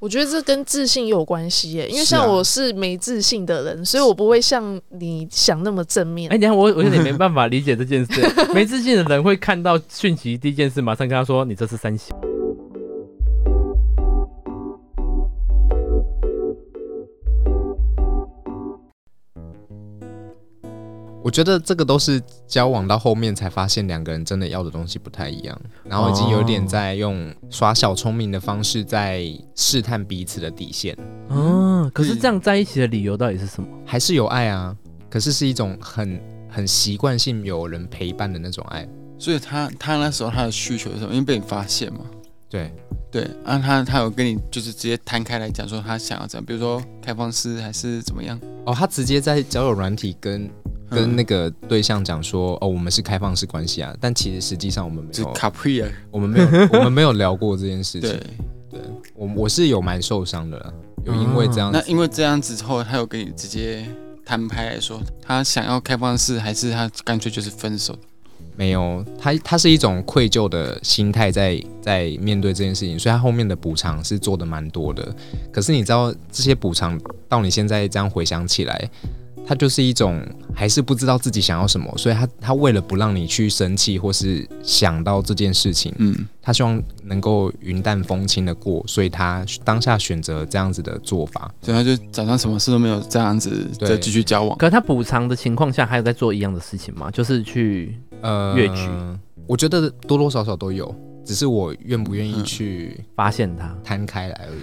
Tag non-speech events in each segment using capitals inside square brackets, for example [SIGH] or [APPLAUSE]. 我觉得这跟自信有关系耶，因为是啊像我是没自信的人，所以我不会像你想那么正面。哎、等一下我我有点没办法理解这件 [LAUGHS] 事。没自信的人会看到讯息第一件事，马上跟他说：“你这是三小。”我觉得这个都是交往到后面才发现两个人真的要的东西不太一样，然后已经有点在用耍小聪明的方式在试探彼此的底线，嗯，可是这样在一起的理由到底是什么？还是有爱啊，可是是一种很很习惯性有人陪伴的那种爱。所以他他那时候他的需求是什么？因为被你发现嘛，对，对，啊，他他有跟你就是直接摊开来讲说他想要怎样，比如说开放式还是怎么样，哦，他直接在交友软体跟跟那个对象讲说，哦，我们是开放式关系啊，但其实实际上我们没就是有，卡普耶，我们没有，我们没有聊过这件事 [LAUGHS] 对情。，我我是有蛮受伤的啦，有因为这样子那因为这样子之后，他有跟你直接摊开来说他想要开放式还是他干脆就是分手，没有，他他是一种愧疚的心态在在面对这件事情，所以他后面的补偿是做的蛮多的。可是你知道这些补偿到你现在这样回想起来，他就是一种还是不知道自己想要什么，所以他他为了不让你去生气或是想到这件事情，嗯，他希望能够云淡风轻的过，所以他当下选择这样子的做法。所以他就假装什么事都没有，这样子对再继续交往。可是他补偿的情况下，还有在做一样的事情吗？就是去呃越剧我觉得多多少少都有，只是我愿不愿意去发现他。摊开来而已。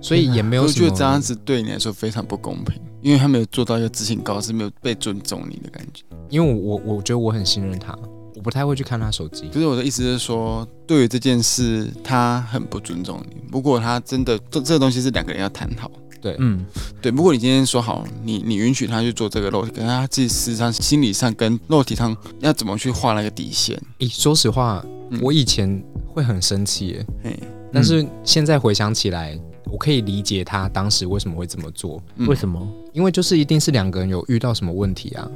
所以也没有我什觉么得这样子对你来说非常不公平，因为他没有做到一个自信高，是没有被尊重你的感觉。因为我我我觉得我很信任他，我不太会去看他手机不。是我的意思是说，对于这件事，他很不尊重你。如果他真的这这个东西是两个人要谈好，嗯，对。如果你今天说好，你你允许他去做这个肉体，可是他自己事实上、心理上跟肉体上要怎么去画那个底线？咦，说实话，嗯我以前会很生气耶，嘿，但是现在回想起来，我可以理解他当时为什么会这么做，嗯为什么？因为就是一定是两个人有遇到什么问题啊。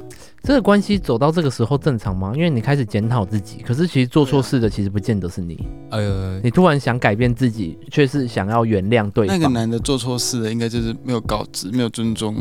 这个关系走到这个时候正常吗？因为你开始检讨自己，可是其实做错事的其实不见得是你，呃，你突然想改变自己，却是想要原谅对那方。个男的做错事了，应该就是没有告知、没有尊重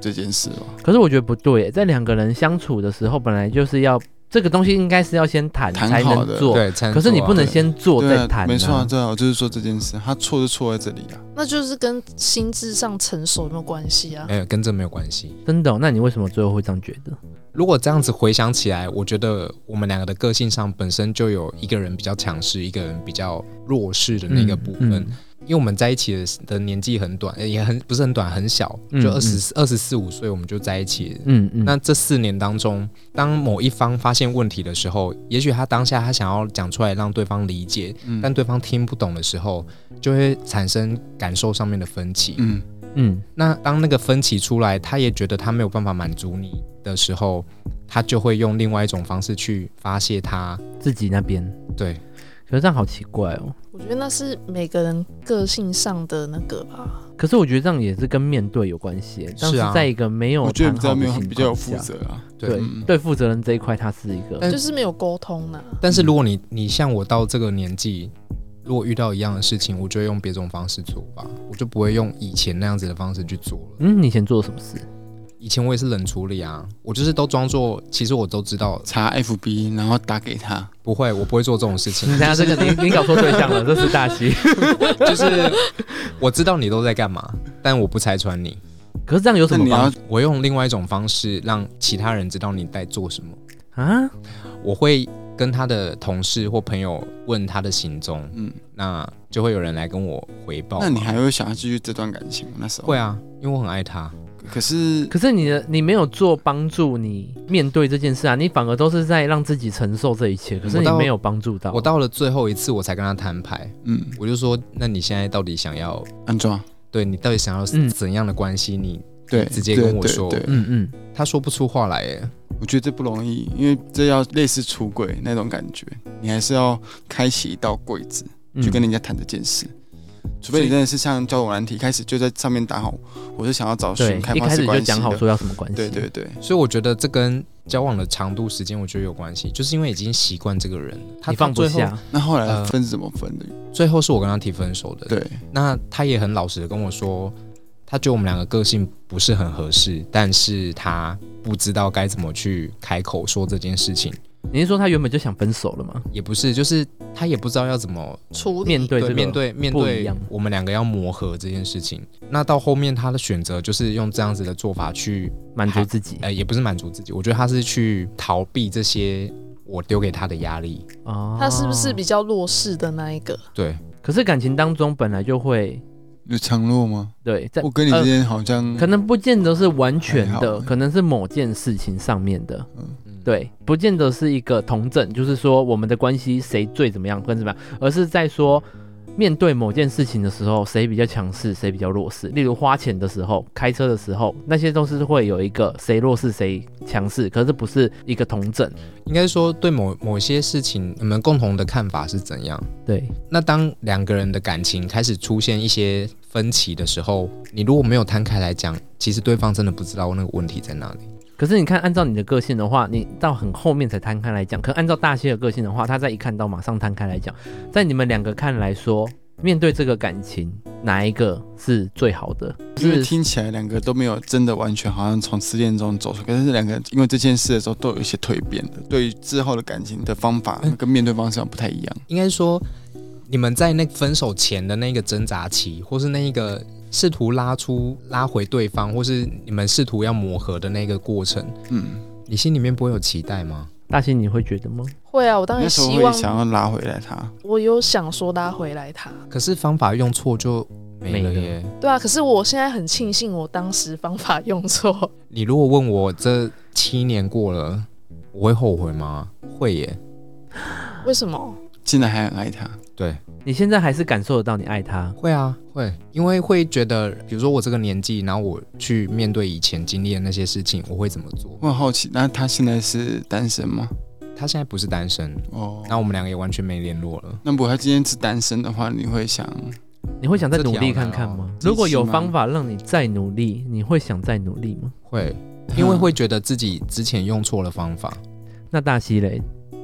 这件事哦吧？可是我觉得不对耶，在两个人相处的时候，本来就是要这个东西应该是要先谈谈才好能的做，对，才能可是你做啊不能先做对再啊，谈、没错啊，对啊，我就是说这件事，他错就错在这里啊。那就是跟心智上成熟有没有关系啊？没有跟这没有关系。真的哦、那你为什么最后会这样觉得？如果这样子回想起来，我觉得我们两个的个性上本身就有一个人比较强势，一个人比较弱势的那个部分。嗯嗯因为我们在一起的时的年纪很短，呃也很不是很短，很小，嗯就二十二十四五岁我们就在一起了。嗯嗯，那这四年当中，当某一方发现问题的时候，也许他当下他想要讲出来让对方理解，嗯但对方听不懂的时候，就会产生感受上面的分歧。嗯，嗯那当那个分歧出来，他也觉得他没有办法满足你的时候，他就会用另外一种方式去发泄他。自己那边，对，可是这样好奇怪哦。我觉得那是每个人个性上的那个吧。可是我觉得这样也是跟面对有关系耶，但是啊在一个没有我觉得比较谈好没的有情比较有况负下，责啊。对对、嗯对，负责人这一块它是一个但就是没有沟通啊呐、但嗯是如果你你像我到这个年纪，如果遇到一样的事情，我就会用别种方式做吧，我就不会用以前那样子的方式去做了。嗯，你以前做了什么 [LAUGHS] 事？以前我也是冷处理啊，我就是都装作，其实我都知道查 FB，然后打给他，不会，我不会做这种事情 [LAUGHS] 你。看这个，你你搞错对象了，这是大西。就是我知道你都在干嘛，但我不拆穿你。可是这样有什那么你要帮我用另外一种方式让其他人知道你在做什么。啊？我会跟他的同事或朋友问他的行踪，嗯，那就会有人来跟我回报嘛。啊那你还会想要继续这段感情吗？那时候会，啊？因为我很爱他。可是可是你的你没有做帮助你面对这件事啊，你反而都是在让自己承受这一切，可是我你到没有帮助到。我到了最后一次，我才跟他摊牌，嗯，我就说：“那你现在到底想要？安装啊对你到底想要嗯怎样的关系？”你对，直接跟我对说对对嗯嗯，他说不出话来耶。我觉得这不容易，因为这要类似出轨那种感觉，你还是要开启一道柜子嗯去跟人家谈这件事。除非所你以真的是像交友软体开始就在上面打好，我是想要找对寻哦开，一放开式始关就系讲好的说要什么关系，对对对，所以我觉得这跟交往的长度、时间，我觉得有关系，就是因为已经习惯这个人了，他你放不最后下。那后来呃分是怎么分的？最后是我跟他提分手的，呃对，那他也很老实的跟我说，他觉得我们两个个性不是很合适，但是他不知道该怎么去开口说这件事情，你是说他原本就想分手了吗？也不是，就是他也不知道要怎么处理面对这个面对面不一对样我们两个要磨合这件事情。那到后面他的选择就是用这样子的做法去，满足自己呃，也不是满足自己，我觉得他是去逃避这些我丢给他的压力。哦，他是不是比较弱势的那一个？对，可是感情当中本来就会有强弱吗？对，在我跟你呃之间好像可能不见得是完全嗯还好的，可能是某件事情上面的，嗯，对，不见得是一个同证，就是说我们的关系谁最怎么样跟怎么样，而是在说面对某件事情的时候，谁比较强势，谁比较弱势。例如花钱的时候、开车的时候，那些都是会有一个谁弱势谁强势，可是不是一个同证。应该说对某某些事情，你们共同的看法是怎样？对，那当两个人的感情开始出现一些分歧的时候，你如果没有摊开来讲，其实对方真的不知道那个问题在哪里。可是你看，按照你的个性的话，你到很后面才摊开来讲。可按照大谢的个性的话，他在一看到马上摊开来讲，在你们两个看来说，面对这个感情，哪一个是最好的？因为是听起来两个都没有真的完全好像从失恋中走出来，可是两个人因为这件事的时候都有一些蜕变的，对于之后的感情的方法嗯跟面对方式不太一样。应该说，你们在那分手前的那个挣扎期，或是那一个试图拉出拉回对方，或是你们试图要磨合的那个过程，嗯，你心里面不会有期待吗？大谢，你会觉得吗？会啊，我当那然时候希会望，想要拉回来他，我有想说拉回来他，可是方法用错就没了没了耶。对啊。可是我现在很庆幸我当时方法用错，你如果问我这七年过了，我会后悔吗？会耶。为什么？现在还很爱他。对，你现在还是感受得到你爱他，会啊，会，因为会觉得，比如说我这个年纪，然后我去面对以前经历的那些事情，我会怎么做？我很好奇，那他现在是单身吗？他现在不是单身，哦，那我们两个也完全没联络了。那如果他今天是单身的话，你会想你会想再这题努力好看难看哦吗？这如果题有吗方法让你再努力，你会想再努力吗？会，因嗯为会觉得自己之前用错了方法。那大西嘞，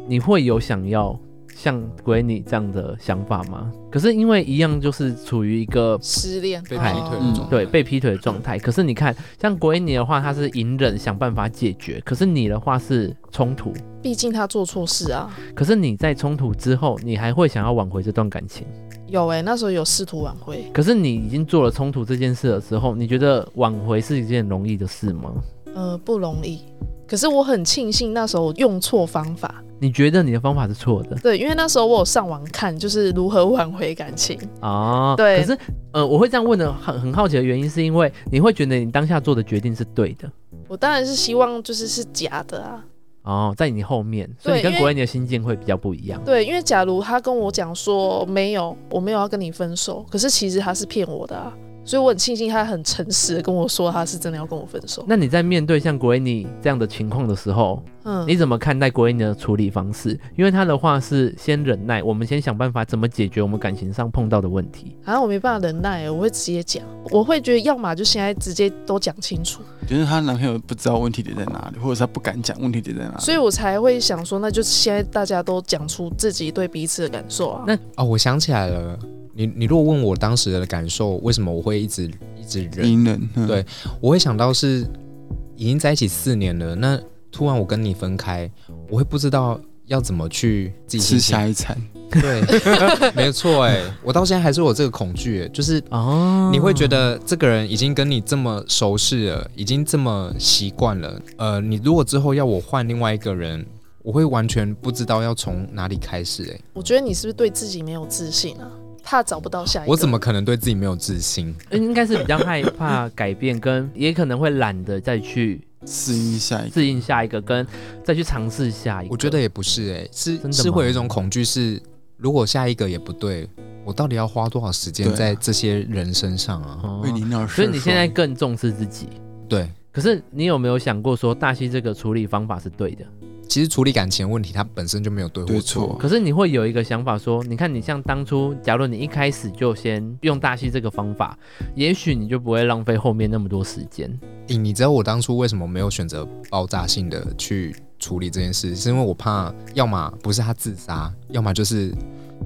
你会有想要像鬼你这样的想法吗？可是因为一样就是处于一个失恋被劈腿嗯的状态对被劈腿的状态。可是你看，像国英你的话，他是隐忍想办法解决，可是你的话是冲突。毕竟他做错事啊。可是你在冲突之后，你还会想要挽回这段感情。有哎、那时候有试图挽回，可是你已经做了冲突这件事的时候，你觉得挽回是一件容易的事吗？呃，不容易。可是我很庆幸那时候我用错方法，你觉得你的方法是错的对，因为那时候我有上网看，就是如何挽回感情。啊？对可是，呃，我会这样问的很很好奇的原因，是因为你会觉得你当下做的决定是对的我当然是希望就是是假的啊，哦，在你后面，所以对你跟因为国英你的心境会比较不一样。对，因为假如他跟我讲说没有，我没有要跟你分手，可是其实他是骗我的啊，所以我很庆幸他很诚实的跟我说他是真的要跟我分手。那你在面对像国英你这样的情况的时候，嗯，你怎么看待国英的处理方式？因为他的话是先忍耐，我们先想办法怎么解决我们感情上碰到的问题。啊，我没办法忍耐，我会直接讲，我会觉得要么就现在直接都讲清楚，就是她男朋友不知道问题点在哪里，或者是她不敢讲问题点在哪里？所以我才会想说，那就现在大家都讲出自己对彼此的感受啊。那哦，我想起来了，你你如果问我当时的感受，为什么我会一直一直忍，隐忍，嗯对我会想到是已经在一起四年了，那突然我跟你分开，我会不知道要怎么去自己心吃情下一餐，对， [LAUGHS] 没错哎，我到现在还是有这个恐惧欸，就是哦，你会觉得这个人已经跟你这么熟识了，已经这么习惯了，呃，你如果之后要我换另外一个人，我会完全不知道要从哪里开始哎，我觉得你是不是对自己没有自信啊？怕找不到下一个。我怎么可能对自己没有自信？应该是比较害怕改变，跟也可能会懒得再去适应下一个。适应下一个，跟再去尝试下一个。我觉得也不是哎，是真的是吗会有一种恐惧是，如果下一个也不对，我到底要花多少时间对啊在这些人身上啊？哦为你闹事，所以你现在更重视自己。嗯对，可是你有没有想过说，大西这个处理方法是对的？其实处理感情的问题，它本身就没有对或对啊错错。可是你会有一个想法说，你看你像当初，假如你一开始就先用大戏这个方法，也许你就不会浪费后面那么多时间。诶你知道我当初为什么没有选择爆炸性的去处理这件事？是因为我怕，要么不是他自杀，要么就是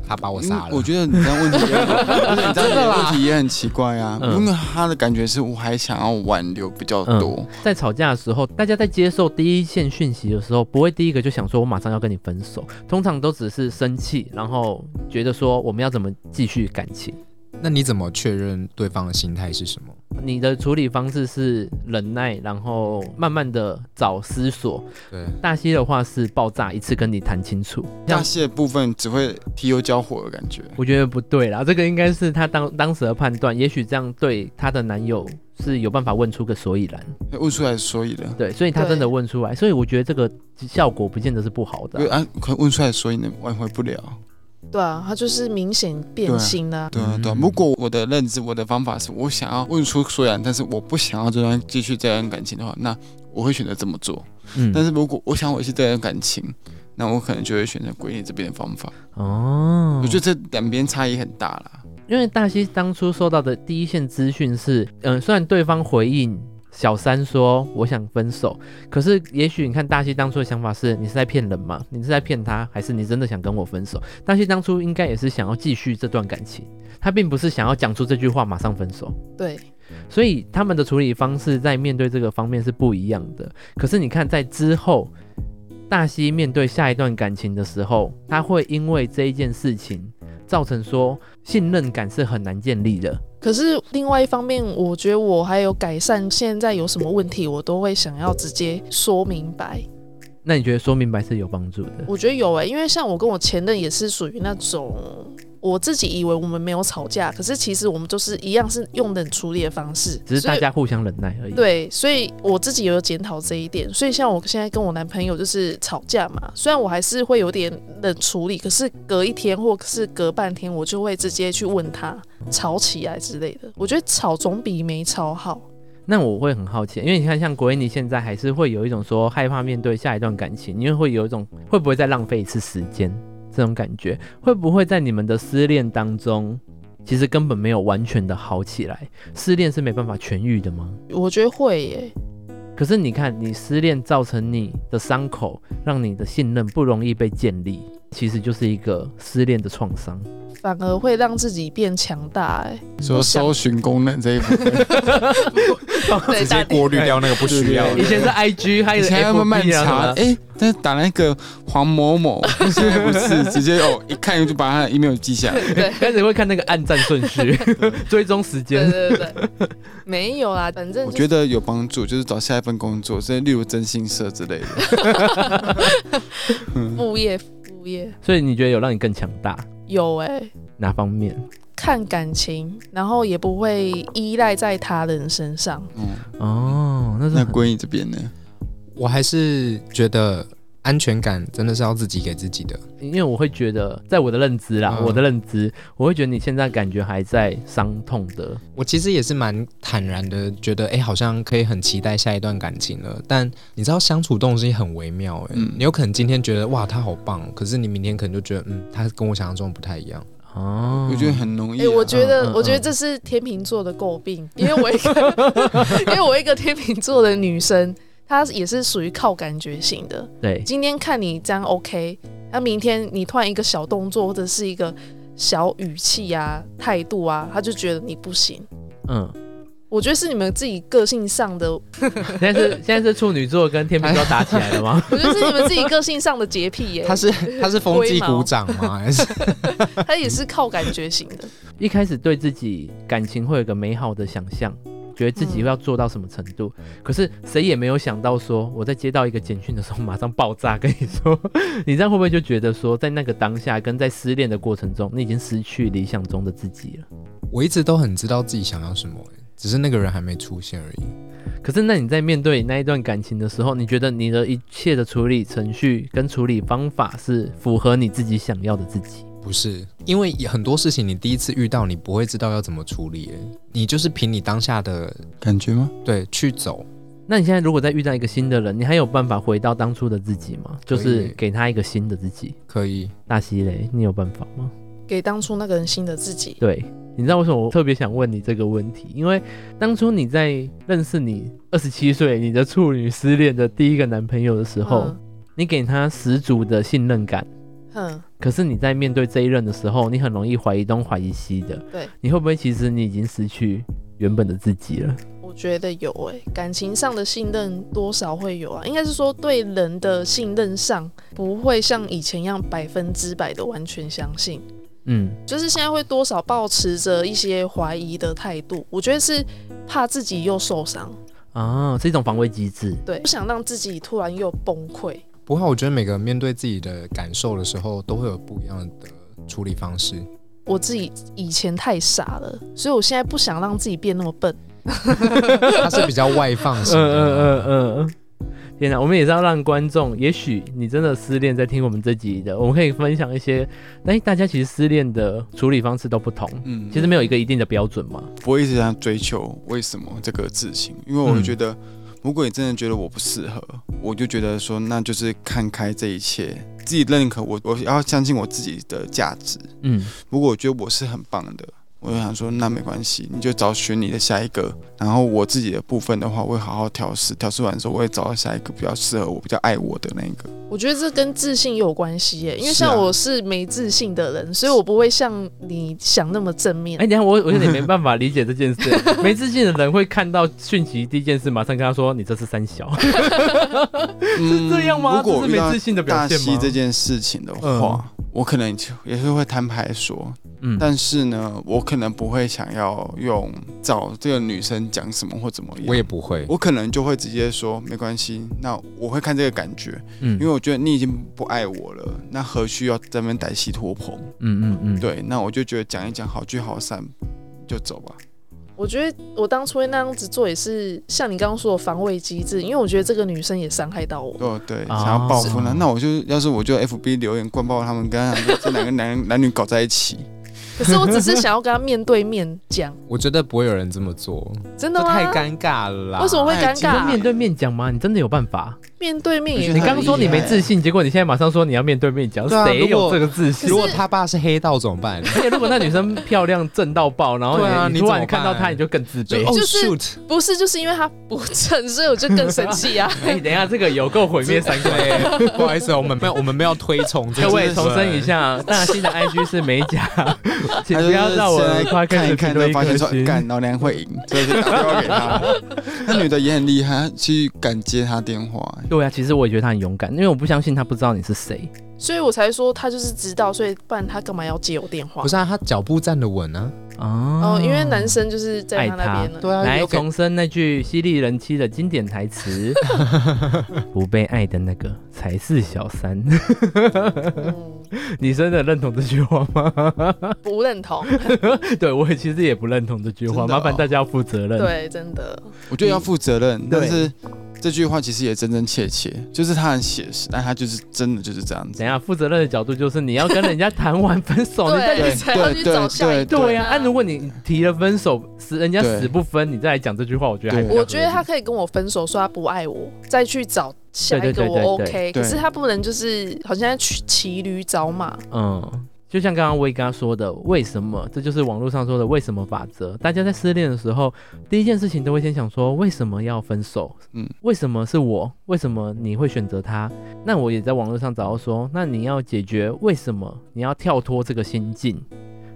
他把我因为杀了。我觉得你这样问题也很， [LAUGHS] 不是你这样的问题也很奇怪啊。嗯因为他的感觉是我还想要挽留比较多，在吵架的时候，大家在接受第一线讯息的时候，不会第一个就想说我马上要跟你分手，通常都只是生气，然后觉得说我们要怎么继续感情。那你怎么确认对方的心态是什么？你的处理方式是忍耐，然后慢慢的找思索。对，大西的话是爆炸，一次跟你谈清楚。大蟹部分只会提油交火的感觉。我觉得不对啦，这个应该是她当当时的判断，也许这样对她的男友是有办法问出个所以然，问出来所以然，对，所以她对真的问出来，所以我觉得这个效果不见得是不好的因为啊、啊，可问出来所以呢，挽回不了。对啊，他就是明显变心啦、对啊，对啊。嗯如果我的认知、我的方法是我想要问出所以然，但是我不想要这段继续这段感情的话，那我会选择这么做。但嗯，是如果我想维系这段感情，那我可能就会选择归你这边的方法。哦我觉得这两边差异很大啦。因为大西当初收到的第一线资讯是，嗯，虽然对方回应小三说我想分手，可是也许你看大西当初的想法是，你是在骗人吗？你是在骗他，还是你真的想跟我分手？大西当初应该也是想要继续这段感情，他并不是想要讲出这句话马上分手。对，所以他们的处理方式在面对这个方面是不一样的。可是你看，在之后，大西面对下一段感情的时候，他会因为这一件事情造成说信任感是很难建立的。可是另外一方面，我觉得我还有改善，现在有什么问题，我都会想要直接说明白。那你觉得说明白是有帮助的？我觉得有欸诶、因为像我跟我前任也是属于那种，我自己以为我们没有吵架，可是其实我们就是一样是用冷处理的方式，只是大所以家互相忍耐而已。，对，所以我自己也有检讨这一点。所以像我现在跟我男朋友就是吵架嘛，虽然我还是会有点冷处理，可是隔一天或是隔半天，我就会直接去问他吵起来之类的。我觉得吵总比没吵好。那我会很好奇，因为你看，像国英，你现在还是会有一种说害怕面对下一段感情，因为会有一种会不会再浪费一次时间这种感觉，会不会在你们的失恋当中，其实根本没有完全的好起来？失恋是没办法痊愈的吗？我觉得会耶，可是你看，你失恋造成你的伤口，让你的信任不容易被建立，其实就是一个失恋的创伤。反而会让自己变强大哎。说我想搜寻功能这一部分，对，大过滤掉那个不需要以的。前是 IG，还以有前要慢慢 FB 查啊，什么哎，但是打那个黄某 [LAUGHS] 某，现在不是直接哦，一看就把他的 email 记下来。 [LAUGHS] 开始会看那个按赞顺 [LAUGHS] 序，追踪时间对。对对对，没有啦，反正我就是觉得有帮助，就是找下一份工作，这例如征信社之类的。副业副业所以你觉得有让你更强大有哎、哪方面？看感情，然后也不会依赖在他人身上。嗯，哦，那是那很闺女这边呢？我还是觉得安全感真的是要自己给自己的。因为我会觉得，在我的认知啦，嗯我的认知，我会觉得你现在感觉还在伤痛的，我其实也是蛮坦然的，觉得哎、诶好像可以很期待下一段感情了。但你知道相处东西很微妙、哎、嗯你有可能今天觉得哇他好棒，可是你明天可能就觉得嗯他跟我想象中不太一样。哦，我觉得很容易、哎、啊我觉嗯嗯得，嗯我觉得这是天秤座的诟病，因为我一个，因为我一个 [LAUGHS] 天秤座的女生，她也是属于靠感觉型的。对，今天看你这样 OK，那明天你突然一个小动作或者是一个小语气啊、态度啊，她就觉得你不行。嗯，我觉得是你们自己个性上的，我现在是现在是处女座跟天秤座打起来了 [LAUGHS] 吗？觉得是你们自己个性上的洁癖 [LAUGHS] 耶、 [LAUGHS] 他是他是风纪龟毛鼓掌吗？还是她也是靠感觉型的。一开始对自己感情会有个美好的想象，觉得自己嗯要做到什么程度，可是谁也没有想到说，我在接到一个简讯的时候马上爆炸，跟你说， [LAUGHS] 你这样会不会就觉得说，在那个当下跟在失恋的过程中，你已经失去理想中的自己了？ [LAUGHS] 我一直都很知道自己想要什么、哎只是那个人还没出现而已。可是，那你在面对那一段感情的时候，你觉得你的一切的处理程序跟处理方法是符合你自己想要的自己？不是，因为很多事情你第一次遇到，你不会知道要怎么处理、哎你就是凭你当下的感觉吗？对去走。那你现在如果再遇到一个新的人，你还有办法回到当初的自己吗？就可是以给他一个新的自己。可以，大西雷，你有办法吗？给当初那个人新的自己。对，你知道为什么我特别想问你这个问题？因为当初你在认识你二十七岁你的处女失恋的第一个男朋友的时候，嗯你给他十足的信任感。嗯，可是你在面对这一任的时候，你很容易怀疑东怀疑西的。对，你会不会其实你已经失去原本的自己了？嗯，我觉得有诶、感情上的信任多少会有啊，应该是说对人的信任上不会像以前一样百分之百的完全相信。嗯，就是现在会多少保持着一些怀疑的态度，我觉得是怕自己又受伤，啊，是一种防卫机制。对，不想让自己突然又崩溃。不啊过我觉得每个人面对自己的感受的时候，都会有不一样的处理方式。我自己以前太傻了，所以我现在不想让自己变那么笨。他是比较外放型嗯的，嗯嗯嗯。天哪，我们也是要让观众，也许你真的失恋，在听我们这集的，我们可以分享一些，但大家其实失恋的处理方式都不同，嗯，其实没有一个一定的标准嘛。不会一直在追求为什么这个事情，因为我嗯觉得，如果你真的觉得我不适合，我就觉得说，那就是看开这一切，自己认可我，我要相信我自己的价值。嗯，如果我觉得我是很棒的，我就想说，那没关系，你就找寻你的下一个。然后我自己的部分的话，我会好好调试，调试完之后，我会找到下一个比较适合我、比较爱我的那一个。我觉得这跟自信有关系欸耶，因为是啊像我是没自信的人，所以我不会像你想那么正面。哎、等一下我我有点没办法理解这件 [LAUGHS] 事，没自信的人会看到讯息第一件事，马上跟他说你这是三小，[LAUGHS] 嗯这样吗？如果这我遇是到没自信的表大现西吗？这件事情的话，我可能也是会摊牌说，嗯但是呢，我可能不会想要用找这个女生讲什么或怎么样。我也不会。我可能就会直接说没关系，那我会看这个感觉，嗯因为我觉得你已经不爱我了，那何须要在那边歹戏拖棚？嗯嗯嗯，对，那我就觉得讲一讲好聚好散就走吧。我觉得我当初会那样子做也是像你刚刚说的防卫机制，因为我觉得这个女生也伤害到我。哦，对，啊想要报复是呢，那我就要是我就 FB 留言灌爆他们，跟他讲说这两个男 [LAUGHS] 男女搞在一起，可是我只是想要跟她面对面讲，我觉得不会有人这么做，真这的吗？太尴尬了啦。为什么会尴太你说尬？面对面讲吗？你真的有办法？面对面也你你可以刚说你没自信，结果你现在马上说你要面对面讲，对啊谁、如有果这个自信？如果他爸是黑道怎么办？ [LAUGHS] 而且如果那女生漂亮正到爆，然后你,、对啊你突怎然么看到办她，你就更自就卑。哦就是 shoot，不是，就是因为他不正，所以我就更生气啊！哎、等一下，这个有够毁灭三观。对，不好意思，我们没有，我们没有推崇 [LAUGHS] 这各个。位重申一，下，大西的 IG 是美 [LAUGHS] 甲，请不他就要是让我现在夸开看始一评看，论就一发颗现说星。干老娘会赢，所以就打电话 [LAUGHS] 给他。那女的也很厉害，她去敢接他电话、欸对啊，其实我也觉得他很勇敢，因为我不相信他不知道你是谁。所以我才说他就是知道，所以不然他干嘛要接我电话？不是啊，他脚步站得稳啊。哦哦，因为男生就是在他那边对了。啊，来有给重申那句犀利人妻的经典台词：“不被爱的那个才是小三。 [LAUGHS] 嗯，”你真的认同这句话吗？ [LAUGHS] 不认同，对我其实也不认同这句话，真的麻哦烦大家要负责任。对，真的。我觉得要负责任，嗯对但是这句话其实也真真切切，就是他很写实，但他就是真的就是这样子怎。样？负责任的角度就是你要跟人家谈完分 [LAUGHS] 手，你再对，啊去。才要去找下一对个。对呀、啊，如果你提了分手，死人家对死不分，你再来讲这句话，我觉得还对比较我觉得他合可以跟我分手，说他不爱我，再去找下一个对对对对我对 OK。可是他不能就是好像在骑骑驴找马，理嗯。就像刚刚威刚说的，为什么？这就是网络上说的为什么法则。大家在失恋的时候，第一件事情都会先想说，为什么要分手？嗯嗯，为什么是我？为什么你会选择他？那我也在网络上找到说，那你要解决为什么？你要跳脱这个心境，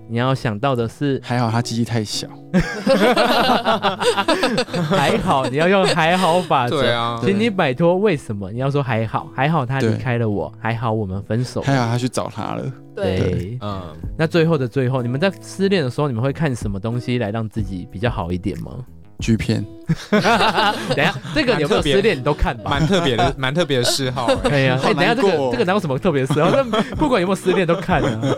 你要想到的是 [LAUGHS] 还好他鸡鸡太小，哦还好，你要用还好法则。对啊，请你摆脱为什么？你要说还好，还好他离对开了我，还好我们分手。还好他去找他了。对，嗯，那最后的最后，你们在失恋的时候，你们会看什么东西来让自己比较好一点 [LAUGHS] 吗？剧片，等一下，这个有没有失恋你都看 [LAUGHS] 吧？蛮特别的，蛮特别的嗜好欸。对呀、啊，好哎等一下难这过哦个这个哪有什么特别的事啊？这 [LAUGHS] 不管有没有失恋都看啊。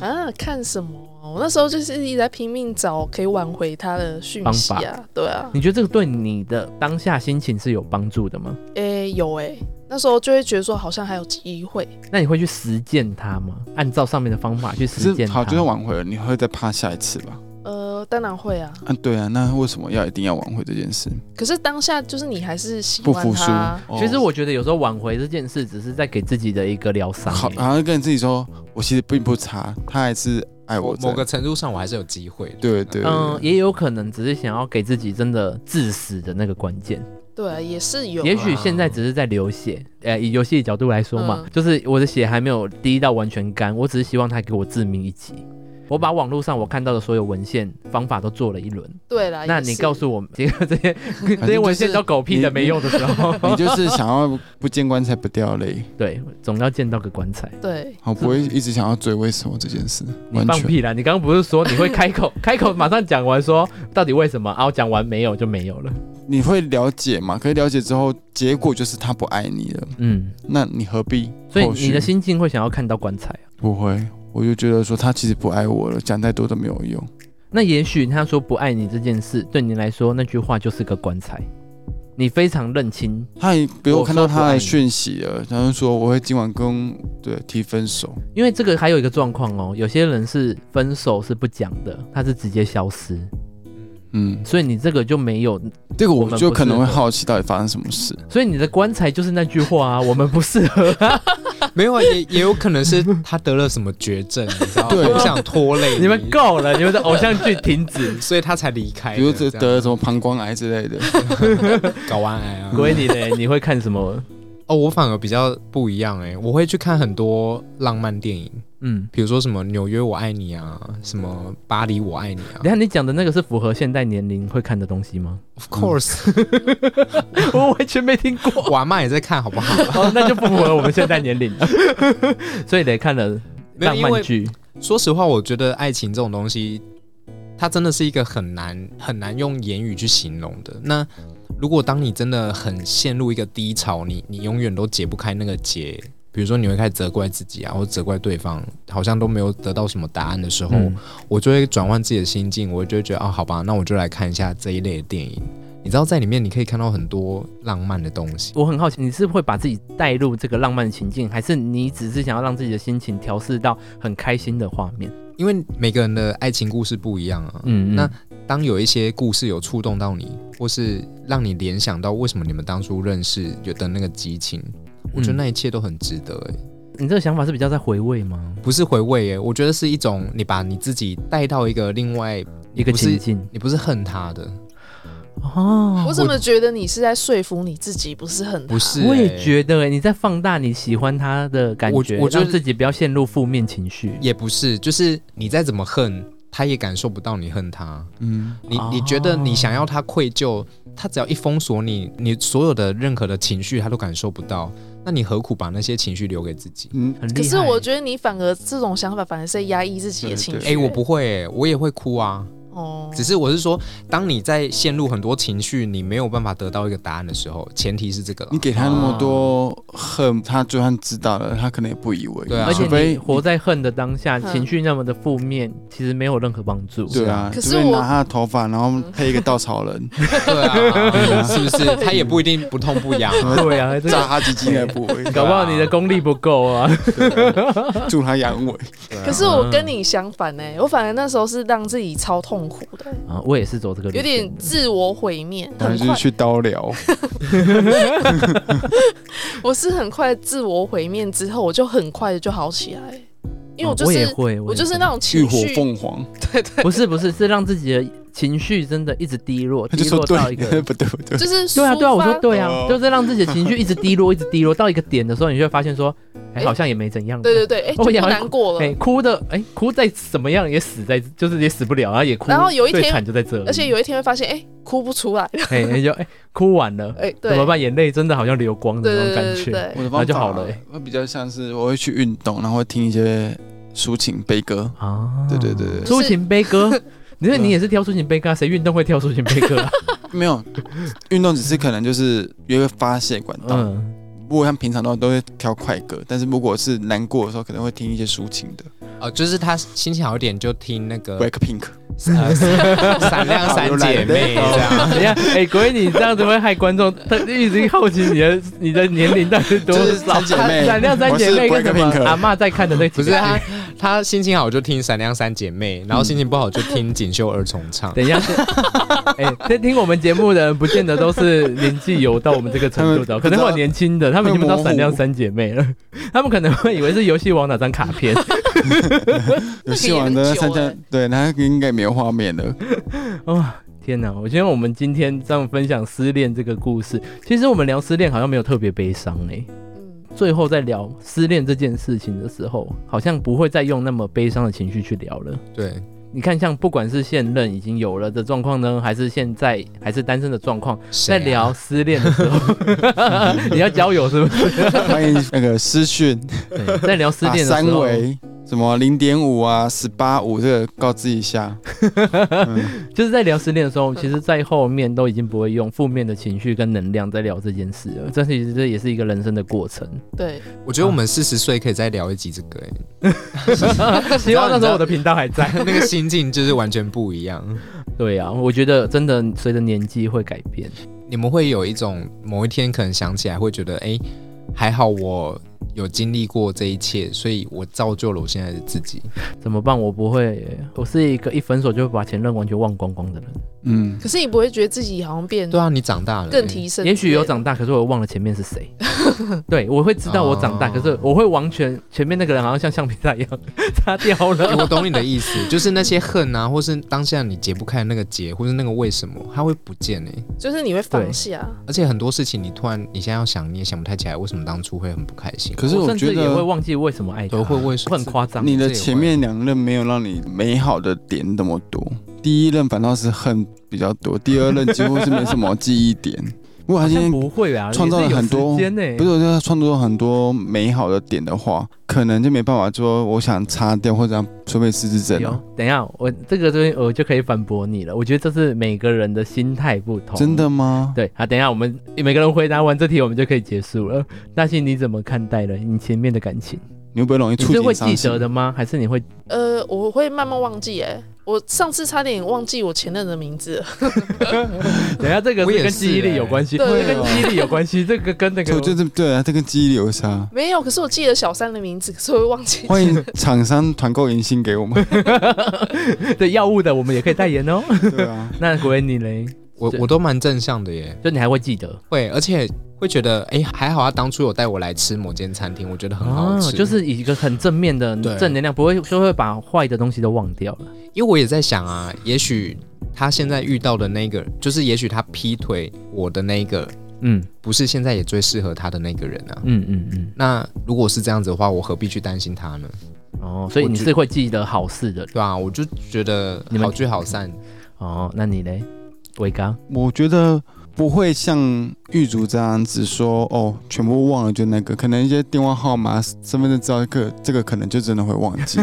啊，看什么？我那时候就是一直在拼命找可以挽回他的讯息啊，对啊，你觉得这个对你的当下心情是有帮助的吗？诶、有诶、那时候就会觉得说好像还有机会，那你会去实践它吗？按照上面的方法去可实践是它。好，就算挽回了，你会再怕下一次吧？呃，呃，当然会啊。啊，对啊，那为什么要一定要挽回这件事？可是当下就是你还是喜不欢服输他，。其实哦我觉得有时候挽回这件事，只是在给自己的一个疗伤好，啊欸。然后跟你自己说，我其实并不差，他还是爱我某这某样。个程度上我还是有机会的。对对嗯，也有可能只是想要给自己真的致死的那个关键。对啊，也是有啊。也许现在只是在流血，呃，以游戏的角度来说嘛，嗯就是我的血还没有滴到完全干，我只是希望他给我致命一击。我把网络上我看到的所有文献方法都做了一轮，对啦，那啊也你是告诉我， [LAUGHS] 结果这些这正些就是文献都狗屁的你没用的时候， [LAUGHS] [LAUGHS] 你就是想要不见棺材不掉泪，对，总要见到个棺材。对，我不 [LAUGHS] 会一直想要追为什么这件事，你完放全屁啦！你刚刚不是说你会开口， [LAUGHS] 开口马上讲完说到底为什么？啊，我讲完没有就没有了。你会了解嘛？可是了解之后，结果就是他不爱你了，嗯，那你何必？所以后续你的心境会想要看到棺材啊。不会，我就觉得说他其实不爱我了，讲再多都没有用。那也许他说不爱你这件事，对你来说那句话就是个棺材，你非常认清。他也给我看到我说不他爱的你讯息了，然后说我会今晚跟对提分手，因为这个还有一个状况哦，有些人是分手是不讲的，他是直接消失，嗯，所以你这个就没有，这个我我们就不可能适会合好奇到底发生什么事。所以你的棺材就是那句话啊，我们不适 [LAUGHS] 合啊，没有啊，也也有可能是他得了什么绝症，啊你 [LAUGHS] 知道吗？对不想拖累，你们够了， [LAUGHS] 你们的偶像剧停止所以他才离开的。比如这样得什么膀胱癌之类的，睾丸癌啊，归你 [LAUGHS] 嘞，你会看什么？哦，我反而比较不一样哎、我会去看很多浪漫电影，嗯。比如说什么《纽约我爱你》啊，什么《巴黎我爱你》啊等一。下你讲的那个是符合现代年龄会看的东西吗？ Of course，、 [LAUGHS] 我完全没听过，嗯 [LAUGHS] 我阿妈也在看，好不好？哦，那就不符合我们现代年龄了。 [LAUGHS] 所以得看了没有浪因漫为剧，说实话，我觉得爱情这种东西，它真的是一个很难很难用言语去形容的。那如果当你真的很陷入一个低潮，你你永远都解不开那个结，比如说你会开始责怪自己啊，或责怪对方，好像都没有得到什么答案的时候，嗯我就会转换自己的心境，我就会觉得啊，好吧，那我就来看一下这一类的电影。你知道，在里面你可以看到很多浪漫的东西。我很好奇，你是会把自己带入这个浪漫情境，还是你只是想要让自己的心情调试到很开心的画面？因为每个人的爱情故事不一样啊。嗯，那当有一些故事有触动到你，或是让你联想到为什么你们当初认识有的那个激情，我嗯觉得那一切都很值得、欸。你这个想法是比较在回味吗？不是回味、欸，我觉得是一种你把你自己带到一个另外一个不是情境你不是恨他啊的，哦，我怎么觉得你是在说服你自己，不是很不是、欸。我也觉得你在放大你喜欢他的感觉，我我觉得让自己不要陷入负面情绪。也不是，就是你再怎么恨，他也感受不到你恨他。嗯，你哦你觉得你想要他愧疚，他只要一封锁你，你所有的任何的情绪他都感受不到，那你何苦把那些情绪留给自己？嗯，很厉害。可是我觉得你反而这种想法，反而是在压抑自己的情绪。对哎、我不会、欸，我也会哭啊。哦，只是我是说，当你在陷入很多情绪，你没有办法得到一个答案的时候，前提是这个啦。你给他那么多恨，他就算知道了，他可能也不以为意。对啊而且除你非活在恨的当下，嗯情绪那么的负面，其实没有任何帮助。对啊，可除是非我拿他的头发，然后配一个稻草人，对啊，是不是？他也不一定不痛不痒、啊。对啊， [LAUGHS] 这扎个他鸡鸡的部位，搞不好你的功力不够啊。助他阳痿。可是我跟你相反呢、我反而那时候是让自己超痛苦的、啊，我也是走这个路有线，点自我毁灭，还很是快，去刀疗，我是很快自我毁灭之后，我就很快就好起来，因为我啊就我也是、会，我也就是会那种浴情火绪，凤凰。 [LAUGHS] 不是不是是让自己的情绪真的一直低落，他就低说落到一对，个。 [LAUGHS] 不对不对，就是 [LAUGHS] 对啊，抒对啊，我说发对啊哦，就是让自己的情绪一直低落，一直低落到一个点的时候，你就会发现说，哎，哎好像也没怎样。对对对，哎、就我不也好像难过了。哎，哭的，哎，哭再怎么样也死在，就是也死不了，然啊后也哭。然后有一天最惨就在这里，而且有 [LAUGHS] 一天会发现，哎、哭不出来了，哎，你就哎哭完了，哎、对，怎么办？眼泪真的好像流光的对？那对种感对对觉。对我对，的方那就法好了欸会比较像是我会去运动，然后会听一些抒情悲歌。啊，对对对对抒情悲歌。 [LAUGHS] 你说你也是跳抒情悲歌啊，谁运动会跳抒情悲歌啊？没有，运动只是可能就是有一个发泄管道。嗯，不过像平常的话都会挑快歌，但是如果是难过的时候，可能会听一些抒情的哦，就是他心情好一点就听那嗯个 Black Pink。呃闪亮三姐妹这样。等一下，哎，国威，你这样子会害观众，他一直好奇你的你的年龄到底是多就是少三姐妹闪亮三姐妹跟什我是 Black 么 Pink 阿嬷在看的那几不个哎是剧他，他心情好就听闪亮三姐妹，然后心情不好就听锦绣二重唱。 [LAUGHS] 等一下，哎、在听我们节目的人，不见得都是年纪有到我们这个程度的哦，他可们能会有年轻的，他们已经不知道他们模糊闪亮三姐妹哦了，他们可能会以为是游戏王哪张卡 [LAUGHS] 片。游戏王的参那个加也很久，对，那应该没有画面 [LAUGHS] 了。哦，天哪！我觉得我们今天这样分享失恋这个故事，其实我们聊失恋好像没有特别悲伤欸呢、嗯，最后在聊失恋这件事情的时候，好像不会再用那么悲伤的情绪去聊了。对，你看，像不管是现任已经有了的状况呢，还是现在还是单身的状况，谁在啊聊失恋的时 [LAUGHS] 候，你要交友是不是？欢迎那个私讯对在聊失打恋的三时候，维，什么零点五啊、十八五，这个告知一下。嗯就是在聊失恋的时候，其实，在后面都已经不会用负面的情绪跟能量在聊这件事了。这其实这也是一个人生的过 [LAUGHS] 程。对，啊我觉得我们四十岁可以再聊一集这个、 [LAUGHS] 欸，希望那时候我的频道还在。那个心境就是完全不一样。对啊，我觉得真的随着年纪会改变。你们会有一种某一天可能想起来会觉得，哎、还好我有经历过这一切，所以我造就了我现在的自己。怎么办？我不会，我是一个一分手就会把前任完全忘光光的人。嗯，可是你不会觉得自己好像变对啊，你长大了、更提升之类的，也许有长大，可是我忘了前面是谁。对，我会知道我长大，哦可是我会完全前面那个人好像像橡皮擦一样 [LAUGHS] 擦掉哎欸了。我懂你的意思，就是那些恨啊，或是当下你解不开的那个结，或是那个为什么，它会不见哎、就是你会放对下，而且很多事情你突然你现在要想，你也想不太起来为什么当初会很不开心。可是我甚觉至也会得忘记为什么爱他，都会为什么很夸张。你的这也会前面两任没有让你美好的点那么多，第一任反倒是恨比较多，第二任几乎是没什么记忆点。不过他好今像天不会啊，创造了很多也是有时间欸呢、不是，我觉得他创作很多美好的点的话，可能就没办法说我想擦掉或者让除非失智症有了。，等一下，我这个东西我就可以反驳你了。我觉得这是每个人的心态不同，真的吗？对，好，等一下我们每个人回答完这题，我们就可以结束了。大信，你怎么看待了你前面的感情？你会不会容易你触是景会伤记心得？的吗？还是你会？呃，我会慢慢忘记、哎，我上次差点忘记我前任的名字了， [LAUGHS] 等一下这个我是也跟是记忆力有关系，欸对这跟记忆力有关系，这个跟那就个就是对啊，这跟记忆 [LAUGHS] 流沙。没有，可是我记得小三的名字，可是我会忘记。欢迎厂商团购银杏给 [LAUGHS] 我们。对药物的，我们也可以代言哦。 [LAUGHS] 对啊，那国文你嘞？我对我都蛮正向的耶，就你还会记得会，而且会觉得，哎、还好他当初有带我来吃某间餐厅，我觉得很好吃。啊哦就是一个很正面的对正能量，不会就会把坏的东西都忘掉了。因为我也在想啊，也许他现在遇到的那个，就是也许他劈腿我的那个，嗯不是现在也最适合他的那个人啊。嗯嗯嗯。那如果是这样子的话，我何必去担心他呢？哦，所以你我觉是会记得好事的对啊，我就觉得你们好聚好散。哦。那你嘞，伟刚？我觉得不会像狱卒这样子说哦，全部忘了就那个，可能一些电话号码、身份证资料，个这个可能就真的会忘记。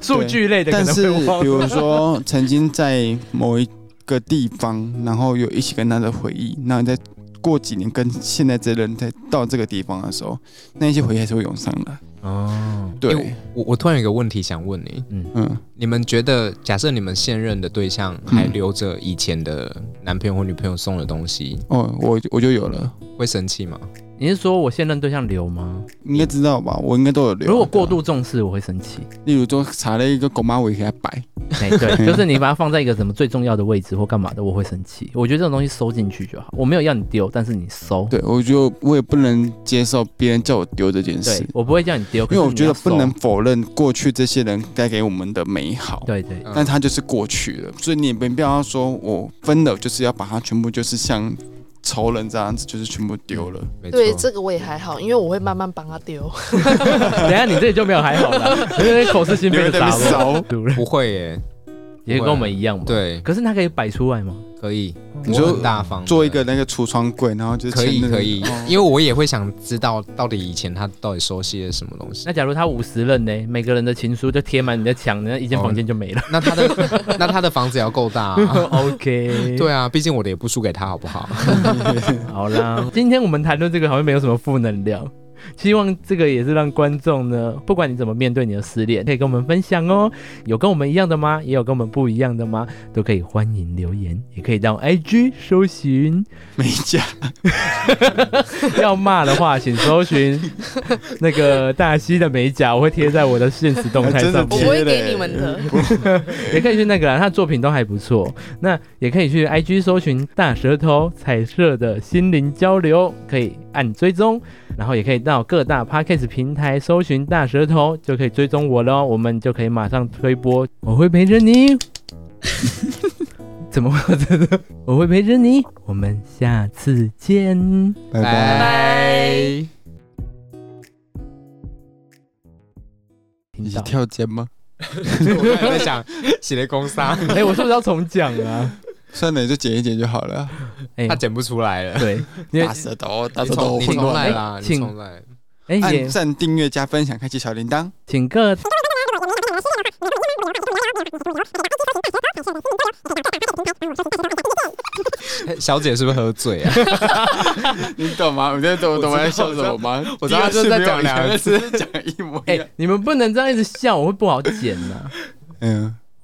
数据类的可但能是会忘比如说曾经在某一个地方，然后有一起跟他的回忆，那你在过几年跟现在这人在到这个地方的时候，那一些回忆还是会涌上来。哦，对，诶我我突然有一个问题想问你，嗯，嗯，你们觉得，假设你们现任的对象还留着以前的男朋友或女朋友送的东西，哦，我我就有了，会生气吗？你是说我现任对象留吗？应该知道吧？我应该都有留。如果过，度重视，我会生气。例如说查了一个狗妈尾给他摆， [LAUGHS] 哎， [LAUGHS] 对，就是你把它放在一个什么最重要的位置或干嘛的，我会生气。我觉得这种东西收进去就好，我没有要你丢，但是你收。对我就我也不能接受别人叫我丢这件对，事，我不会叫你丢，可因为是我觉你得要收不能。否认过去这些人带给我们的美好。对嗯对，但它就是过去了，所以你也没必要说我分了就是要把它全部就是像仇人这样子，就是全部丢了。没错对，这个我也还好，因为我会慢慢帮他丢。等一下你这里就没有还好了，因为口是心非的你会在那杂边物，对不对？不会耶，也跟我们一样嘛。，对，可是它可以摆出来吗？可以，你我说很大方，做一个那个橱窗柜，然后就是可以前任的哦可以，因为我也会想知道到底以前他到底收集了什么 [LAUGHS] 东西。那假如他五十任呢？每个人的情书就贴满你的墙，那一间哦房间就 [LAUGHS] 没了。那他的那他的房子也要够大、啊， [LAUGHS] OK，对啊，毕竟我的也不输给他，好不好？好啦，今天我们谈论这个好像没有什么负能量，希望这个也是让观众呢，不管你怎么面对你的失恋，可以跟我们分享哦。有跟我们一样的吗？也有跟我们不一样的吗？都可以欢迎留言，也可以到 IG 搜寻。美甲要骂的话，请搜寻那个大西的美甲，我会贴在我的现实动态哎还真上的我面。不会给你们的。也可以去那个啦，他的作品都还不错。那也可以去 IG 搜寻“大舌头彩色的心灵交流”，可以按追踪，然后也可以到各大 Podcast 平台搜寻“大舌头”，就可以追踪我喽，我们就可以马上推播，我会陪着你。 [LAUGHS] 怎么会有这个？ [LAUGHS] 我会陪着你，我们下次见。拜拜拜。拜。听你是到？跳肩吗？ [LAUGHS] 我刚才在想，写了公杀，哎、我是不是要重讲啊？ [LAUGHS] 算了，你就剪一剪就好了。哎、他剪不出来了。对，因为舌头，大你重你重来啦，哎你请重来。哎、也按赞、订阅、加分享、开启小铃铛。请各哎小姐是不是喝醉啊？你懂吗？我在懂，懂我在笑什么吗？我知道第二次就在没有讲两两次次，讲一模哎、一样。你们不能这样一直笑，我会不好剪呐、啊嗯。